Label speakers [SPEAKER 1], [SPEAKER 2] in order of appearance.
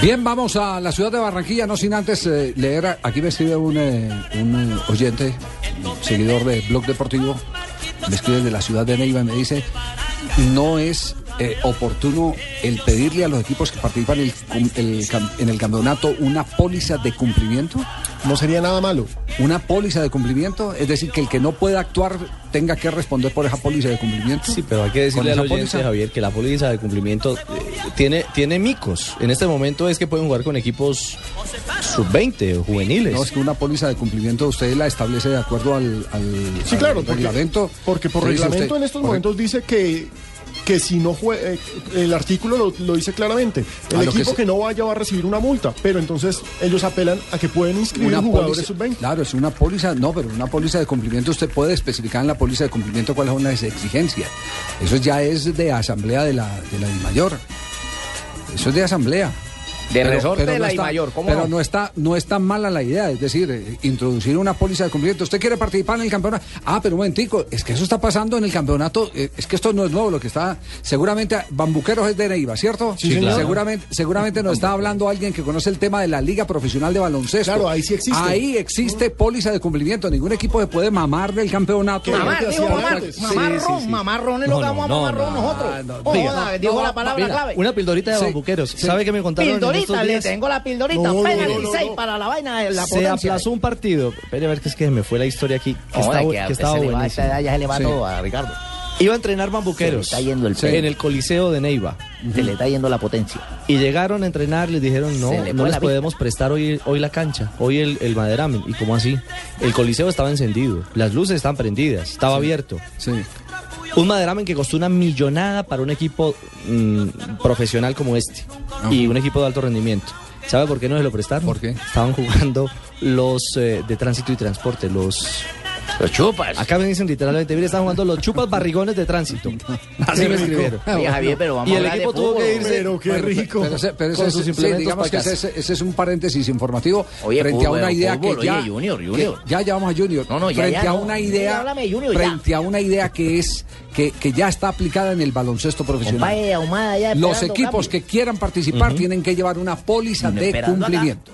[SPEAKER 1] Bien, vamos a la ciudad de Barranquilla, no sin antes eh, leer, a- aquí me escribe un, eh, un, eh, oyente, un seguidor de Blog Deportivo, me escribe de la ciudad de Neiva y me dice, no es eh, oportuno el pedirle a los equipos que participan el cum- el cam- en el campeonato una póliza de cumplimiento,
[SPEAKER 2] No sería nada malo.
[SPEAKER 1] una póliza de cumplimiento, es decir, que el que no pueda actuar tenga que responder por esa póliza de cumplimiento.
[SPEAKER 3] Sí, pero hay que decirle
[SPEAKER 1] ¿Con esa
[SPEAKER 3] al oyente,
[SPEAKER 1] póliza?
[SPEAKER 3] Javier, que la póliza de cumplimiento eh, tiene, tiene micos. En este momento es que pueden jugar con equipos sub-20 o juveniles.
[SPEAKER 1] No, es que una póliza de cumplimiento usted la establece de acuerdo al, al-
[SPEAKER 2] Sí,
[SPEAKER 1] al
[SPEAKER 2] claro, porque,
[SPEAKER 1] reglamento.
[SPEAKER 2] porque por
[SPEAKER 1] Usted dice
[SPEAKER 2] reglamento
[SPEAKER 1] usted-
[SPEAKER 2] en estos
[SPEAKER 1] por-
[SPEAKER 2] momentos dice que, que si no juega, el artículo lo, lo dice claramente,
[SPEAKER 1] A
[SPEAKER 2] el
[SPEAKER 1] Ah, lo que
[SPEAKER 2] equipo
[SPEAKER 1] se-
[SPEAKER 2] que, no vaya va a recibir una multa, pero entonces ellos apelan a que pueden inscribir
[SPEAKER 1] Una
[SPEAKER 2] jugadores
[SPEAKER 1] póliza-
[SPEAKER 2] sub-20.
[SPEAKER 1] Claro, es una póliza, no, pero una póliza de cumplimiento usted puede especificar en la póliza de cumplimiento cuáles son las exigencias. Eso ya es de asamblea de la de la DIMAYOR. Eso es de asamblea.
[SPEAKER 4] De resorte de la
[SPEAKER 1] está-
[SPEAKER 4] DIMAYOR, ¿cómo
[SPEAKER 1] Pero
[SPEAKER 4] no?
[SPEAKER 1] no está, no está mala la idea, es decir, eh, introducir una póliza de cumplimiento. Usted quiere participar en el campeonato. Ah, pero un momentico, es que eso está pasando en el campeonato, eh, es que esto no es nuevo, lo que está, seguramente, Bambuqueros es de Neiva, ¿cierto?
[SPEAKER 2] Sí, claro.
[SPEAKER 1] Seguramente, seguramente nos está hablando alguien que conoce el tema de la Liga Profesional de Baloncesto.
[SPEAKER 2] Claro, ahí sí existe.
[SPEAKER 1] Ahí existe póliza de cumplimiento. Ningún equipo se puede mamar del campeonato.
[SPEAKER 2] Mamar,
[SPEAKER 1] Porque
[SPEAKER 2] dijo
[SPEAKER 1] así
[SPEAKER 2] mamar.
[SPEAKER 1] antes.
[SPEAKER 2] Sí,
[SPEAKER 5] Mamarrón, mamarrón es lo
[SPEAKER 3] No,
[SPEAKER 5] que
[SPEAKER 3] no,
[SPEAKER 5] vamos a
[SPEAKER 3] no,
[SPEAKER 5] mamarrón
[SPEAKER 3] no,
[SPEAKER 5] nosotros.
[SPEAKER 1] no,
[SPEAKER 5] Oh,
[SPEAKER 3] diga,
[SPEAKER 5] joda, dijo
[SPEAKER 3] no,
[SPEAKER 5] la palabra
[SPEAKER 3] mira,
[SPEAKER 5] clave.
[SPEAKER 3] Una pildorita de
[SPEAKER 1] Sí,
[SPEAKER 3] bambuqueros.
[SPEAKER 1] sí.
[SPEAKER 3] ¿Sabe qué me contaron en
[SPEAKER 5] Pildorita,
[SPEAKER 3] estos
[SPEAKER 5] le
[SPEAKER 3] días?
[SPEAKER 5] tengo la pildorita,
[SPEAKER 2] No, no,
[SPEAKER 5] pena
[SPEAKER 2] no, no,
[SPEAKER 5] 16
[SPEAKER 2] no.
[SPEAKER 5] para la vaina de la
[SPEAKER 3] Se
[SPEAKER 5] potencia.
[SPEAKER 3] aplazó un partido. Espere a ver, que es que me fue la historia aquí. Que
[SPEAKER 4] Ahora
[SPEAKER 3] está bu-
[SPEAKER 4] que a
[SPEAKER 3] que
[SPEAKER 4] usted
[SPEAKER 3] estaba
[SPEAKER 4] se le va a
[SPEAKER 3] buenísimo.
[SPEAKER 4] esa edad, ya se le va
[SPEAKER 1] Sí.
[SPEAKER 4] todo a Ricardo.
[SPEAKER 3] Iba a entrenar bambuqueros
[SPEAKER 4] Se le está yendo el pelo.
[SPEAKER 3] en el Coliseo de Neiva.
[SPEAKER 4] Se le está yendo la potencia.
[SPEAKER 3] Y llegaron a entrenar, les dijeron, no,
[SPEAKER 4] Se le
[SPEAKER 3] no
[SPEAKER 4] fue
[SPEAKER 3] les
[SPEAKER 4] la
[SPEAKER 3] podemos prestar hoy, hoy la cancha, hoy el, el maderamen. ¿Y cómo así? El coliseo estaba encendido, las luces estaban prendidas, estaba abierto.
[SPEAKER 1] Sí.
[SPEAKER 3] Un maderamen que costó una millonada para un equipo mm, profesional como este
[SPEAKER 1] Ah.
[SPEAKER 3] y un equipo de alto rendimiento. ¿Sabe por qué no se lo prestaron?
[SPEAKER 1] ¿Por qué?
[SPEAKER 3] Estaban jugando los eh, de tránsito y transporte, los...
[SPEAKER 4] Lo chupas.
[SPEAKER 3] Acá me dicen literalmente, mire, están jugando los chupas barrigones de tránsito. Así me escribieron.
[SPEAKER 4] Oye, Javier, pero vamos
[SPEAKER 3] Y
[SPEAKER 4] a
[SPEAKER 3] el
[SPEAKER 4] hablar de
[SPEAKER 3] equipo tuvo
[SPEAKER 4] fútbol,
[SPEAKER 3] que
[SPEAKER 4] hombre.
[SPEAKER 3] irse...
[SPEAKER 2] Pero qué
[SPEAKER 1] Bueno,
[SPEAKER 2] rico.
[SPEAKER 1] pero ese- pero ese
[SPEAKER 3] Con
[SPEAKER 1] es-
[SPEAKER 3] sus
[SPEAKER 1] sí,
[SPEAKER 3] implementos
[SPEAKER 1] digamos
[SPEAKER 3] pa'
[SPEAKER 1] que
[SPEAKER 3] casa.
[SPEAKER 1] ese, ese es un paréntesis informativo
[SPEAKER 4] Oye,
[SPEAKER 1] frente a
[SPEAKER 4] fútbol,
[SPEAKER 1] una idea
[SPEAKER 4] fútbol,
[SPEAKER 1] que ya
[SPEAKER 4] oye, Junior,
[SPEAKER 1] que
[SPEAKER 4] Junior.
[SPEAKER 1] ya ya vamos a Junior
[SPEAKER 4] No, no, ya,
[SPEAKER 1] frente
[SPEAKER 4] ya,
[SPEAKER 1] a
[SPEAKER 4] no.
[SPEAKER 1] una idea
[SPEAKER 4] Háblame de Junior, ya.
[SPEAKER 1] frente a una idea que es que, que ya está aplicada en el baloncesto profesional.
[SPEAKER 4] Compadre, ahumada ya
[SPEAKER 1] Los
[SPEAKER 4] esperando
[SPEAKER 1] equipos
[SPEAKER 4] cambio.
[SPEAKER 1] que quieran participar tienen que llevar una póliza de
[SPEAKER 4] Esperando acá.
[SPEAKER 1] cumplimiento.